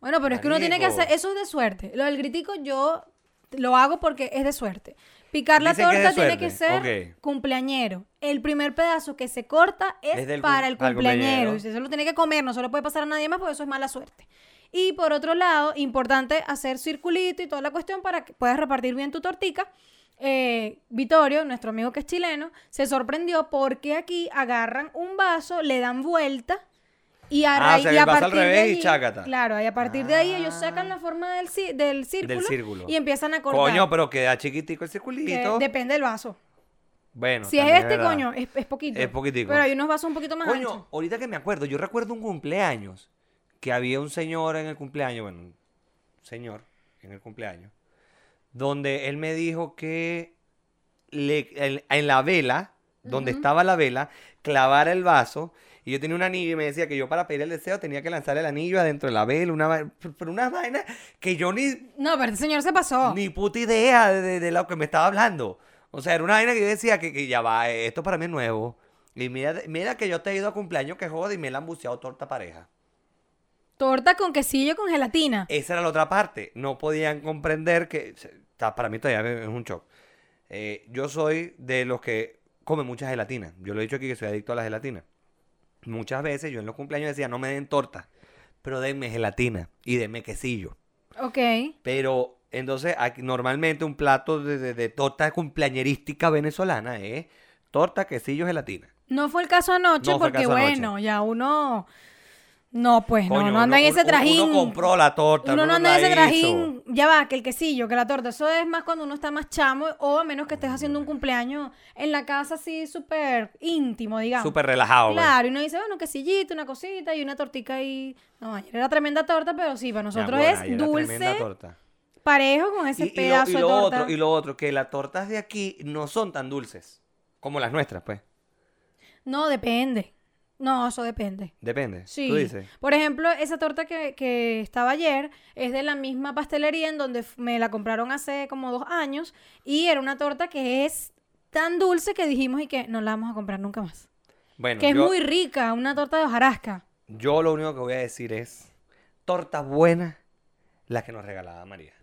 Bueno, pero es que uno tiene que Marico. hacer... Eso es de suerte. Lo del gritico yo lo hago porque es de suerte. Picar la Dicen que es de torta tiene que suerte, ser ok. cumpleañero. El primer pedazo que se corta es Es del para cum- el para el cumpleañero. cumpleañero. Y Eso lo tiene que comer, no se lo puede pasar a nadie más porque eso es mala suerte. Y por otro lado, importante hacer circulito y toda la cuestión para que puedas repartir bien tu tortica. Eh, Vittorio, nuestro amigo que es chileno, se sorprendió porque aquí agarran un vaso, le dan vuelta y a, Ah, raíz- o sea, y que a el vaso al partir de revés y allí- chácata. Claro, y a partir de ahí ellos Ah. sacan la forma del, ci- del, círculo, círculo. y empiezan a cortar. Coño, pero queda chiquitico el Que circulito. depende del vaso. Bueno, si es también este, verdad. coño, es, es poquito. Es poquitico. Pero hay unos vasos un poquito más Coño, anchos. ahorita que me acuerdo, yo recuerdo un cumpleaños que había un señor en el cumpleaños, bueno, un señor en el cumpleaños, donde él me dijo que le- el- en la vela, donde estaba la vela, clavara el vaso. Y yo tenía un anillo y me decía que yo para pedir el deseo tenía que lanzar el anillo adentro de la vela, una, va- pero una vaina que yo ni, No, pero este señor se pasó. ni puta idea de, de- de lo que me estaba hablando. O sea, era una vaina que yo decía que, que ya va, eh, esto para mí es nuevo. Y mira, mira que yo te he ido a cumpleaños que joda y me la han buceado torta pareja. Torta con quesillo con gelatina. Esa era la otra parte. No podían comprender que. se- ta- Para mí todavía es un shock. Eh, yo soy de los que come mucha gelatina. Yo lo he dicho aquí que soy adicto a la gelatina. Muchas veces yo en los cumpleaños decía, no me den torta, pero denme gelatina y denme quesillo. Ok. Pero entonces, aquí, normalmente un plato de, de- de torta cumpleañerística venezolana es torta, quesillo, gelatina. No fue el caso anoche No fue el porque, caso anoche. bueno, ya uno... No, pues, no, Coño, no anda en uno- ese trajín. Uno compró la torta. Uno no anda en la ese hizo. trajín, ya va, que el quesillo, que la torta. Eso es más cuando uno está más chamo o a menos que estés haciendo un cumpleaños en la casa así súper íntimo, digamos. Súper relajado. güey. Claro, y uno dice, bueno, un quesillito, una cosita y una tortica ahí. No, ayer era tremenda torta, pero sí, para Mi nosotros amor, ay, es era tremenda dulce, torta. parejo con ese Y- y, lo, pedazo y de lo torta. otro, y lo otro, que las tortas de aquí no son tan dulces como las nuestras, pues. No, depende. No, eso depende. Depende. Sí. Tú dices. Por ejemplo, esa torta que, que estaba ayer es de la misma pastelería en donde f- me la compraron hace como dos años y era una torta que es tan dulce que dijimos y que no la vamos a comprar nunca más. Bueno, que es yo, muy rica, una torta de hojarasca. yo lo único que voy a decir es tortas buenas las que nos regalaba María.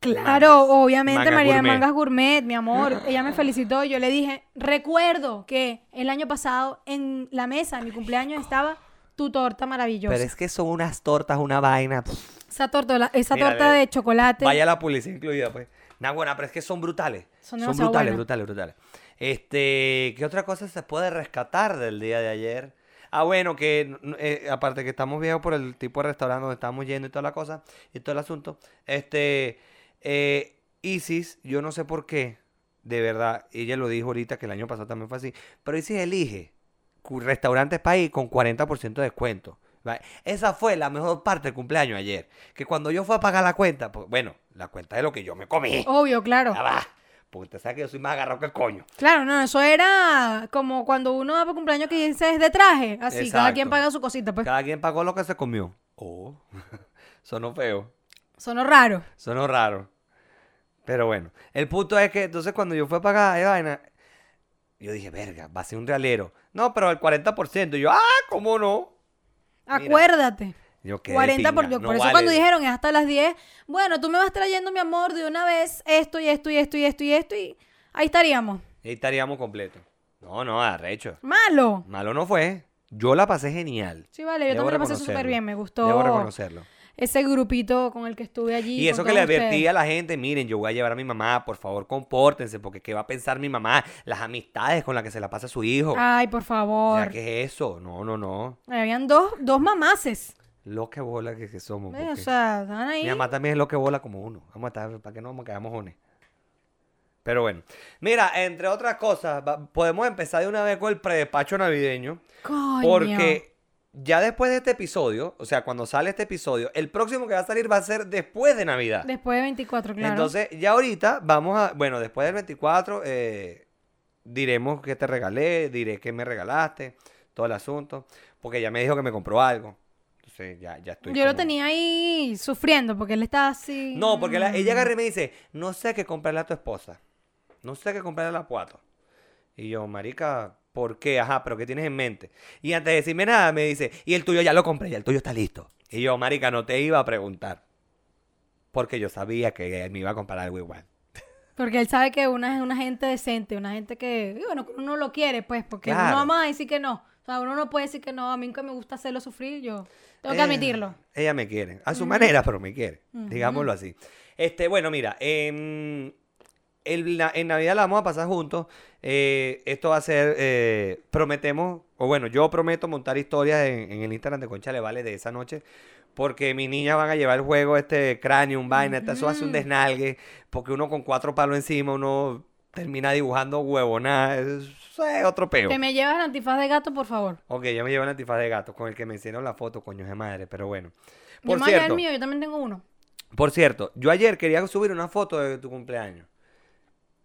Claro, obviamente Mangas María de gourmet. Mangas Gourmet, mi [laughs] amor, ella me felicitó y yo le dije, recuerdo que el año pasado en la mesa de mi cumpleaños estaba tu torta maravillosa. Pero es que son unas tortas, una vaina. pff, Esa torta, la- esa Mira, torta le- de chocolate. Vaya la publicidad incluida, pues. Nah, bueno, pero es que son brutales. Son Son, demasiado brutales, buenas. brutales, brutales. Este, ¿qué otra cosa se puede rescatar del día de ayer? Ah, bueno, que n- eh, aparte que estamos viejos por el tipo de restaurante donde estamos yendo y toda la cosa, y todo el asunto. Este, eh, Isis, yo no sé por qué, de verdad, ella lo dijo ahorita que el año pasado también fue así, pero Isis elige cu- restaurantes país con 40% de descuento. ¿va? Esa fue la mejor parte del cumpleaños ayer. Que cuando yo fui a pagar la cuenta, pues bueno, la cuenta de lo que yo me comí. Obvio, claro. Ya va. Porque usted sabe que yo soy más agarrado que el coño. Claro, no, eso era como cuando uno va por cumpleaños que dice es de traje. Así, cada Exacto. quien paga su cosita, pues. Cada quien pagó lo que se comió. Oh, [laughs] sonó feo. Sonó raro. Sonó raro. Pero bueno, el punto es que entonces cuando yo fui a pagar esa vaina, yo dije, verga, va a ser un realero. No, pero el 40%. Y yo, ah, ¿cómo no? Mira. Acuérdate. Yo quedé 40 por, pinga, por no eso vale. cuando dijeron es hasta las 10, bueno, tú me vas trayendo, mi amor, de una vez esto y esto y esto y esto y esto y ahí estaríamos. Ahí estaríamos completos. No, no, arrecho. Malo. Malo no fue. Yo la pasé genial. Sí, vale, yo Debo también la pasé reconocerlo. súper bien, me Debo gustó reconocerlo. ese grupito con el que estuve allí. Y, con eso que le todos advertí ustedes. a la gente, miren, yo voy a llevar a mi mamá, por favor, compórtense, porque qué va a pensar mi mamá, las amistades con las que se la pasa su hijo. Ay, por O favor. sea, ¿qué es eso? No, no, no. Habían dos, dos mamaces. Lo que bola que, que somos. Eh, O porque sea, estaban ahí. Mi mamá también es lo que bola como uno. Vamos a estar, para que no nos quedamos jones. Pero bueno, mira, entre otras cosas, va- podemos empezar de una vez con el predespacho navideño. Coño. Porque ya después de este episodio, o sea, cuando sale este episodio, el próximo que va a salir va a ser después de Navidad. Después de 24, claro. Entonces, ya ahorita vamos a, bueno, después del 24, eh, diremos que te regalé, diré que me regalaste, todo el asunto, porque ya me dijo que me compró algo. Entonces, ya, ya estoy. yo lo como- tenía ahí sufriendo porque él estaba así. No, porque la- ella mm. agarra y me dice, no sé qué comprarle a tu esposa, no sé qué comprarle a la cuatro. Y yo, marica, ¿por qué? Ajá, pero ¿qué tienes en mente? Y antes de decirme nada, me dice, y el tuyo ya lo compré, ya el tuyo está listo. Y yo, marica, no te iba a preguntar. Porque yo sabía que él me iba a comprar algo igual. Porque él sabe que una es una gente decente, una gente que, y bueno, uno lo quiere, pues, porque uno Claro. ama a decir que no. O sea, uno no puede decir que no. A mí nunca me gusta hacerlo sufrir, yo tengo que Eh, admitirlo. Mm. Ella me quiere, a su manera, pero me quiere, Ujú. digámoslo así. Este, bueno, mira, em, el na- en Navidad la vamos a pasar juntos. eh, esto va a ser, eh, prometemos, o bueno, yo prometo montar historias en, en el Instagram de Concha Le Vale de esa noche. Porque mis niñas van a llevar el juego este cráneo, un vaina, esta- eso hace un Ujú. desnalgue. Porque uno con cuatro palos encima, uno termina dibujando huevonada. Eso es otro peo. Que me llevas el antifaz de gato, por favor. Ok, yo me llevo el antifaz de gato con el que me hicieron la foto, coño de madre, pero bueno. Yo Por más allá cierto, del mío, yo también tengo uno. por cierto, yo ayer quería subir una foto de tu cumpleaños.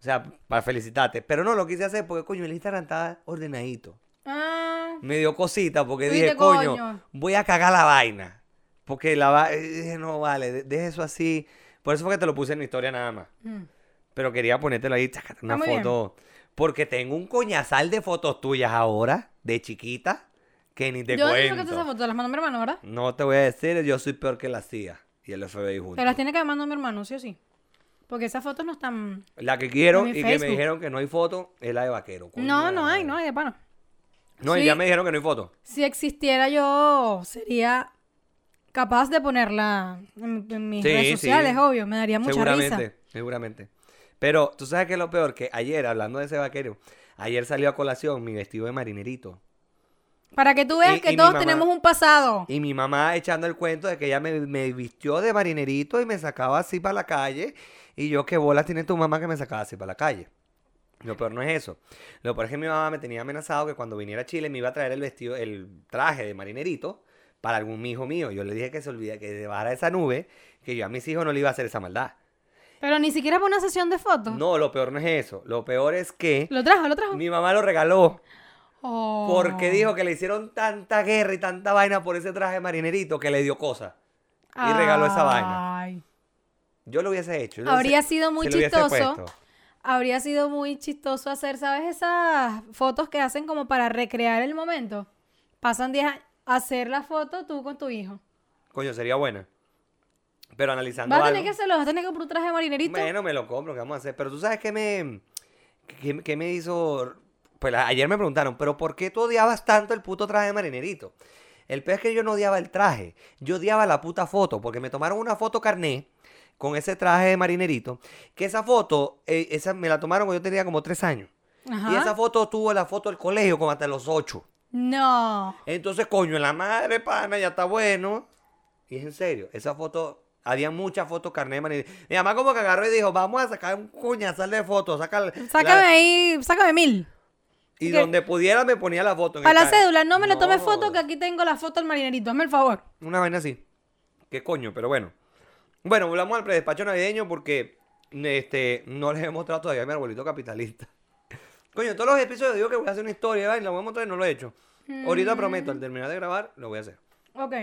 O sea, para felicitarte. Pero no lo quise hacer porque, coño, el Instagram estaba ordenadito. Ah, Me dio cosita porque Tuviste dije, coño, coño. voy a cagar la vaina. Porque la va... eh, dije, no vale, de- deja eso así. Por eso fue que te lo puse en mi historia nada más. mm. Ah, Pero quería ponértelo ahí, chacata, una muy bien. foto. Porque tengo un coñazal de fotos tuyas ahora, de chiquita, que ni te yo cuento. digo que esa foto las mandó mi hermano, ¿verdad? No te voy a decir, yo soy peor que la CIA y el FBI juntos. Pero las tiene que mandar mi hermano, sí o sí. Porque esas fotos no están. La que quiero En y mi que me Facebook. dijeron que no hay foto es la de vaquero. coño No, de no la hay, no madre. hay de pana. No, y Sí. ya me dijeron que no hay foto. Si existiera yo, sería capaz de ponerla en, en mis Sí, redes sí. sociales, obvio. Me daría mucha seguramente, risa. seguramente. Pero tú sabes que es lo peor, que ayer, hablando de ese vaquero, ayer salió a colación mi vestido de marinerito. Para que tú veas Y- que y mi todos mamá- tenemos un pasado. Y mi mamá echando el cuento de que ella me, me vistió de marinerito y me sacaba así para la calle. Y yo, qué bolas tiene tu mamá que me sacaba así para la calle. Lo peor no es eso. Lo peor es que mi mamá me tenía amenazado que cuando viniera a Chile me iba a traer el vestido, el traje de marinerito para algún hijo mío. Yo le dije que se olvida que bajara esa nube, que yo a mis hijos no le iba a hacer esa maldad. Pero ni siquiera para una sesión de fotos. No, lo peor no es eso. Lo peor es que Lo trajo, lo trajo. mi mamá lo regaló. Oh. Porque dijo que le hicieron tanta guerra y tanta vaina por ese traje de marinerito que le dio cosa. y regaló esa vaina. Ay. Yo lo hubiese hecho. yo lo Habría hubiese- sido muy se lo hubiese chistoso. puesto. Habría sido muy chistoso hacer, ¿sabes? Esas fotos que hacen como para recrear el momento. Pasan 10 años. Hacer la foto tú con tu hijo. Coño, sería buena. Pero analizando Vas a algo. tener que hacerlo, vas a tener que comprar un traje de marinerito. Bueno, me lo compro, ¿qué vamos a hacer? Pero tú sabes que me. que, que me hizo. Pues a- ayer me preguntaron, ¿pero por qué tú odiabas tanto el puto traje de marinerito? El peor es que yo no odiaba el traje. Yo odiaba la puta foto. Porque me tomaron una foto carné con ese traje de marinerito. Que esa foto, eh, esa me la tomaron cuando yo tenía como tres años. Y Ajá. esa foto tuvo la foto del colegio como hasta los ocho. No. Entonces, coño, en la madre, pana, ya está bueno. Y es en serio, esa foto, había muchas fotos carné de marinerito. Mi mamá como que agarró y dijo, vamos a sacar un cuñazal de fotos, saca la- Sácame ahí, sácame mil. Y que- donde pudiera me ponía la foto. en el Para la carro. cédula, no me le tome foto joda. que aquí tengo la foto del marinerito. Hazme el favor. Una vaina así. ¿Qué coño? Pero bueno. Bueno, volvamos al predespacho navideño porque este, no les he mostrado todavía a mi arbolito capitalista. [laughs] Coño, en todos los episodios digo que voy a hacer una historia, ¿verdad? Y la voy a mostrar y no lo he hecho. Mm. Ahorita prometo, al terminar de grabar, lo voy a hacer. Ok.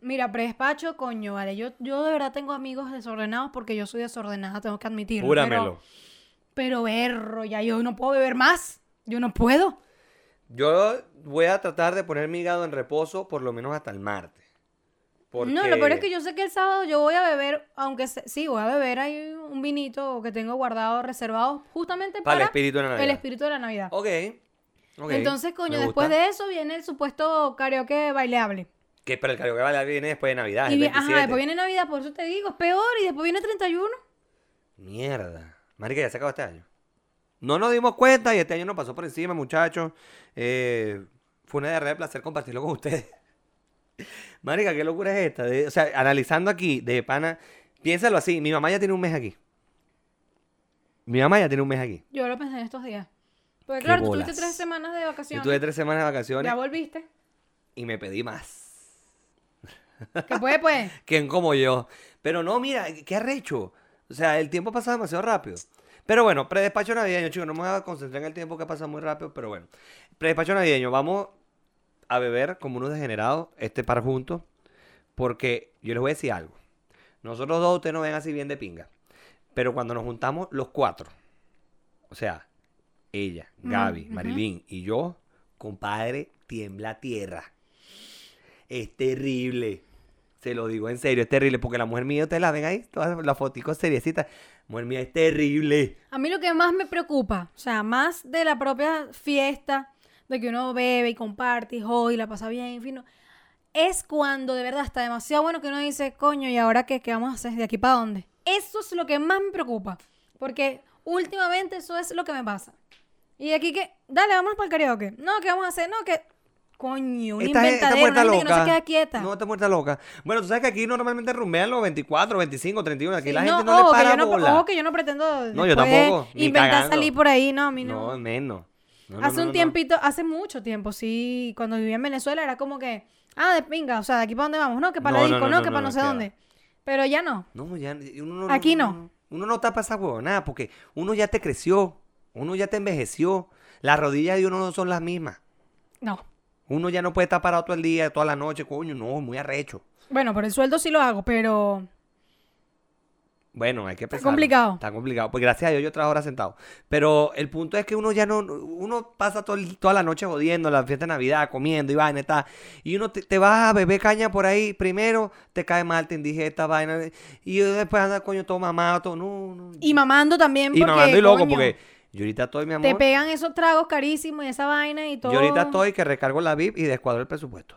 Mira, predespacho, coño, vale. Yo, yo de verdad tengo amigos desordenados porque yo soy desordenada, tengo que admitirlo. Júramelo. Pero, pero berro, ya yo no puedo beber más. Yo no puedo. Yo voy a tratar de poner mi hígado en reposo por lo menos hasta el martes. Porque... No, lo peor es que yo sé que el sábado yo voy a beber, aunque se- sí, voy a beber ahí un vinito que tengo guardado, reservado, justamente Para para, el espíritu de la Navidad. el espíritu de la Navidad. Ok. ok, Entonces, coño, me después gusta. de eso viene el supuesto karaoke baileable. Que para el karaoke vale, viene después de Navidad. y el vi- ajá, 27. después viene Navidad, por eso te digo, es peor, y después viene 31. Mierda. Marica, ya se acabó este año. No nos dimos cuenta y este año nos pasó por encima, muchachos. Eh, fue una diarrea de placer compartirlo con ustedes. [laughs] Marica, qué locura es esta. De- o sea, analizando aquí, de pana, piénsalo así. Mi mamá ya tiene un mes aquí. Mi mamá ya tiene un mes aquí. Yo lo pensé en estos días. Porque Qué claro, tú bolas. tuviste tres semanas de Yo vacaciones. tuve tres semanas de vacaciones Ya volviste. y me pedí más. Que puede, [laughs] pues. ¿Quién como yo? Pero no, mira, qué arrecho. O sea, el tiempo pasa demasiado rápido. Pero bueno, predespacho navideño, chicos, no me voy a concentrar en el tiempo que pasa muy rápido, pero bueno. Predespacho navideño, vamos a beber como unos degenerados este par juntos, porque yo les voy a decir algo. Nosotros dos, ustedes no ven así bien de pinga, pero cuando nos juntamos los cuatro, o sea, ella, Gaby, ujú. Marilyn y yo, compadre, tiembla tierra. Es terrible. Se lo digo en serio, es terrible. Porque la mujer mía, ustedes la ven ahí, todas las foticos seriecitas. Mujer mía es terrible. A mí lo que más me preocupa, o sea, más de la propia fiesta, de que uno bebe y comparte y jode y la pasa bien, en fin, no, es cuando de verdad está demasiado bueno que uno dice, coño, ¿y ahora qué, qué vamos a hacer? ¿De aquí para dónde? Eso es lo que más me preocupa, porque últimamente eso es lo que me pasa. Y de aquí que, dale, vamos para el karaoke. No, ¿qué vamos a hacer? No, que... Coño, una Esta, esta inventadera, muerta una gente loca. que no se queda quieta. No, esta muerta loca. Bueno, tú sabes que aquí normalmente rumbean los 24, 25, 31. Aquí Sí, la gente no, ojo, le que para yo no, bola. ojo que yo no pretendo No, yo después tampoco, ni inventar cagando. salir por ahí, no, a mí no. no, menos. No, no, hace no, un no, no. tiempito, hace mucho tiempo, sí, cuando vivía en Venezuela era como que, ah, de pinga, o sea, de aquí para dónde vamos, no, que para No, la no, disco, no, no, no, que no, para no, no sé queda. dónde. Pero ya no. No, ya. Uno Aquí no. Uno, no tapa esa huevonada porque uno ya te creció. Uno ya te envejeció. Las rodillas de uno no son las mismas. No. Uno ya no puede estar parado todo el día, toda la noche, coño, no, muy arrecho. Bueno, por el sueldo sí lo hago, pero Bueno, hay que pensar. complicado. Está complicado. Pues gracias a Dios yo trabajo horas sentado. Pero el punto es que uno ya no. Uno pasa todo el- toda la noche jodiendo, la fiesta de Navidad, comiendo y vaina y tal. Y uno te, te vas a beber caña por ahí. Primero te cae mal, te indigesta, vaina. Y después anda, coño, todo mamado, todo. No, no. y mamando también porque Y mamando y loco, coño, porque yo ahorita estoy, mi amor. te pegan esos tragos carísimos y esa vaina y todo. Yo ahorita estoy que recargo la VIP y descuadro el presupuesto.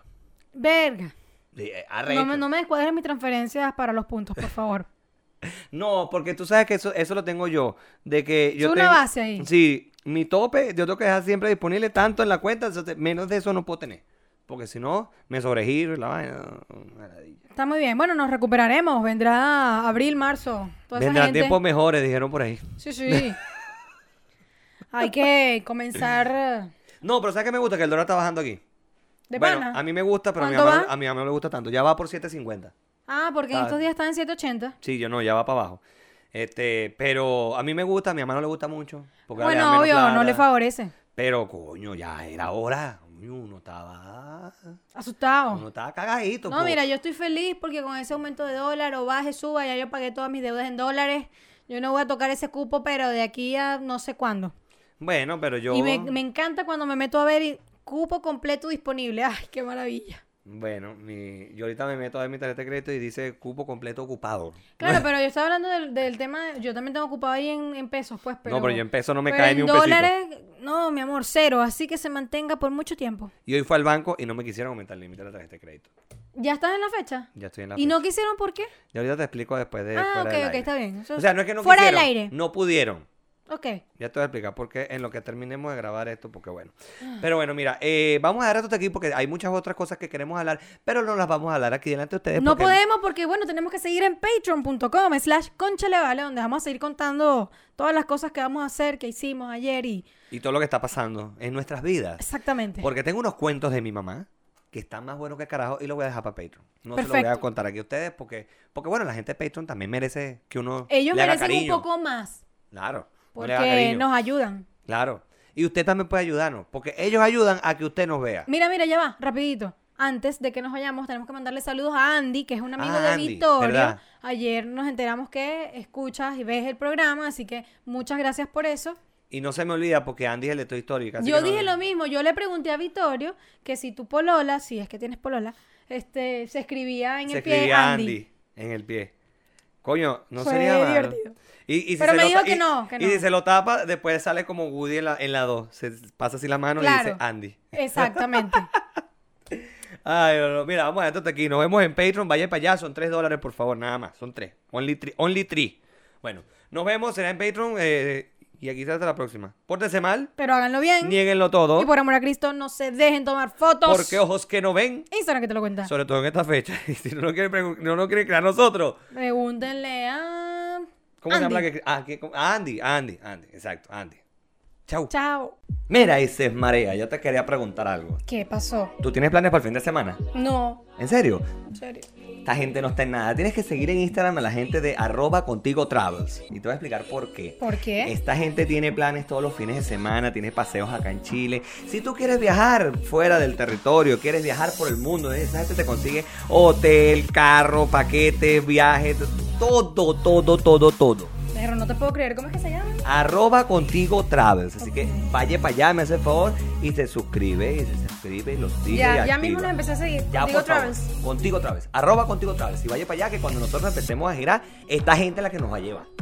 verga. Sí, eh, No me, arrecho. no me descuadres mis transferencias para los puntos, por favor. No, porque tú sabes que eso, eso lo tengo yo. De que yo Es una tengo- base ahí. Sí, mi tope, yo tengo que dejar siempre disponible tanto en la cuenta, entonces, menos de eso no puedo tener. Porque si no, me sobregiro y la vaina. una ladilla. Está muy bien. Bueno, nos recuperaremos. Vendrá abril, marzo. Toda esa Vendrán gente. tiempos mejores, dijeron por ahí. Sí, sí. Hay que comenzar eh, No, pero ¿sabes qué me gusta? Que el dólar está bajando aquí. de bueno, pana. a mí me gusta, pero a mi, ¿Cuánto mamá, va? a mi mamá no le gusta tanto. Ya va por 7.50. Ah, porque en Ah. estos días están en 780. Sí, yo no, ya va para abajo. Este, pero a mí me gusta, a mi mamá no le gusta mucho. Porque ahora le dan Bueno, menos obvio, no plata. le favorece. Pero, coño, ya era hora. Coño, Uno estaba... Uno Asustado. estaba cagadito. pues. No, po. mira, yo estoy feliz porque con ese aumento de dólar o baje, suba, ya yo pagué todas mis deudas en dólares. Yo no voy a tocar ese cupo, pero de aquí a no sé cuándo. Bueno, pero [laughs] yo... Y me, me encanta cuando me meto a ver y- cupo completo disponible. Ay, qué maravilla. Bueno, mi- yo ahorita me meto a ver mi tarjeta de crédito y dice cupo completo ocupado. [laughs] Claro, pero yo estaba hablando del, del tema, de- yo también tengo ocupado ahí en, en pesos, pues, pero... no, pero yo en pesos no me pero cae en ni un pesito. dólares, no, mi amor, cero, así que se mantenga por mucho tiempo. Y hoy fue al banco y no me quisieron aumentar el límite de la tarjeta de crédito. ¿Ya estás en la fecha? Ya estoy en la ¿Y no quisieron por qué? Y ahorita te explico después de ah, fuera ok, del ok, aire. está bien. Eso- O sea, no es que no Fuera quisieron, del aire. no pudieron. Ok. Ya te voy a explicar por qué en lo que terminemos de grabar esto, porque bueno. Ah. Pero bueno, mira, eh, vamos a dejar esto hasta aquí porque hay muchas otras cosas que queremos hablar, pero no las vamos a hablar aquí delante de ustedes. No Eh, porque- podemos porque, bueno, tenemos que seguir en patreon.com slash conchalevale, donde vamos a seguir contando todas las cosas que vamos a hacer, que hicimos ayer y... Y todo lo que está pasando en nuestras vidas. Exactamente. Porque tengo unos cuentos de mi mamá que están más buenos que carajo y los voy a dejar para Patreon. No se los voy a Perfecto. contar aquí a ustedes porque, porque bueno, la gente de Patreon también merece que uno Ellos le haga merecen cariño. un poco más, Claro. uno le haga porque cariño. nos ayudan. Claro. Y usted también puede ayudarnos, porque ellos ayudan a que usted nos vea. Mira, mira, ya va, rapidito. Antes de que nos vayamos, tenemos que mandarle saludos a Andy, que es un amigo Ah, de Andy, Victoria. ¿verdad? Ayer nos enteramos que escuchas y ves el programa, así que muchas gracias por eso. Y no se me olvida porque Andy es el de Toy Story. casi yo que no- dije lo mismo, yo le pregunté a Vittorio que si tu polola, si es que tienes polola, este, se escribía en se el pie escribía Andy. en el pie. Coño, no Fue sería malo. divertido. Y, y si Pero se me lo dijo ta- que y- no, que Y si no. se lo tapa, después sale como Woody en la, en la 2. Se pasa así la mano y dice Claro. Andy. [laughs] Exactamente. Ay, no, no, mira, vamos a esto aquí. Nos vemos en Patreon. Vaya para allá. Son 3 dólares, por favor, nada más. Son 3. Only 3. Only three. Bueno, nos vemos. Será en Patreon. eh, y aquí será hasta la próxima. Pórtese mal. Pero háganlo bien. Nieguenlo todo. Y por amor a Cristo, no se dejen tomar fotos. Porque ojos que no ven. Instagram que te lo cuenta. Sobre todo en esta fecha. [laughs] Y si no lo quieren, pregun- no lo quieren crear nosotros. Pregúntenle a. ¿Cómo se Andy. llama la que.? ah, que- ah, Andy, Andy, Andy. Exacto, Andy. Chau. Chao. Mira, ese es Marea. Yo te quería preguntar algo. ¿Qué pasó? ¿Tú tienes planes para el fin de semana? No, ¿En serio? en serio. Esta gente no está en nada. Tienes que seguir en Instagram a la gente de arroba contigo travels. Y te voy a explicar por qué. ¿Por qué? Esta gente tiene planes todos los fines de semana, tiene paseos acá en Chile. Si tú quieres viajar fuera del territorio, quieres viajar por el mundo, eh, esa gente te consigue hotel, carro, paquete, viaje, todo, todo, todo, todo. Pero no te puedo creer. ¿Cómo es que se llama? arroba contigo travels. Así Ok. que vaya para allá, me hace el favor y se suscribe y se suscribe y los sigue. y Ya, ya activa. mismo nos empecé a seguir. Ya, Digo por favor, Travels. Contigo travels. Arroba contigo travels. Y vaya para allá que cuando nosotros empecemos a girar, esta gente es la que nos va a llevar.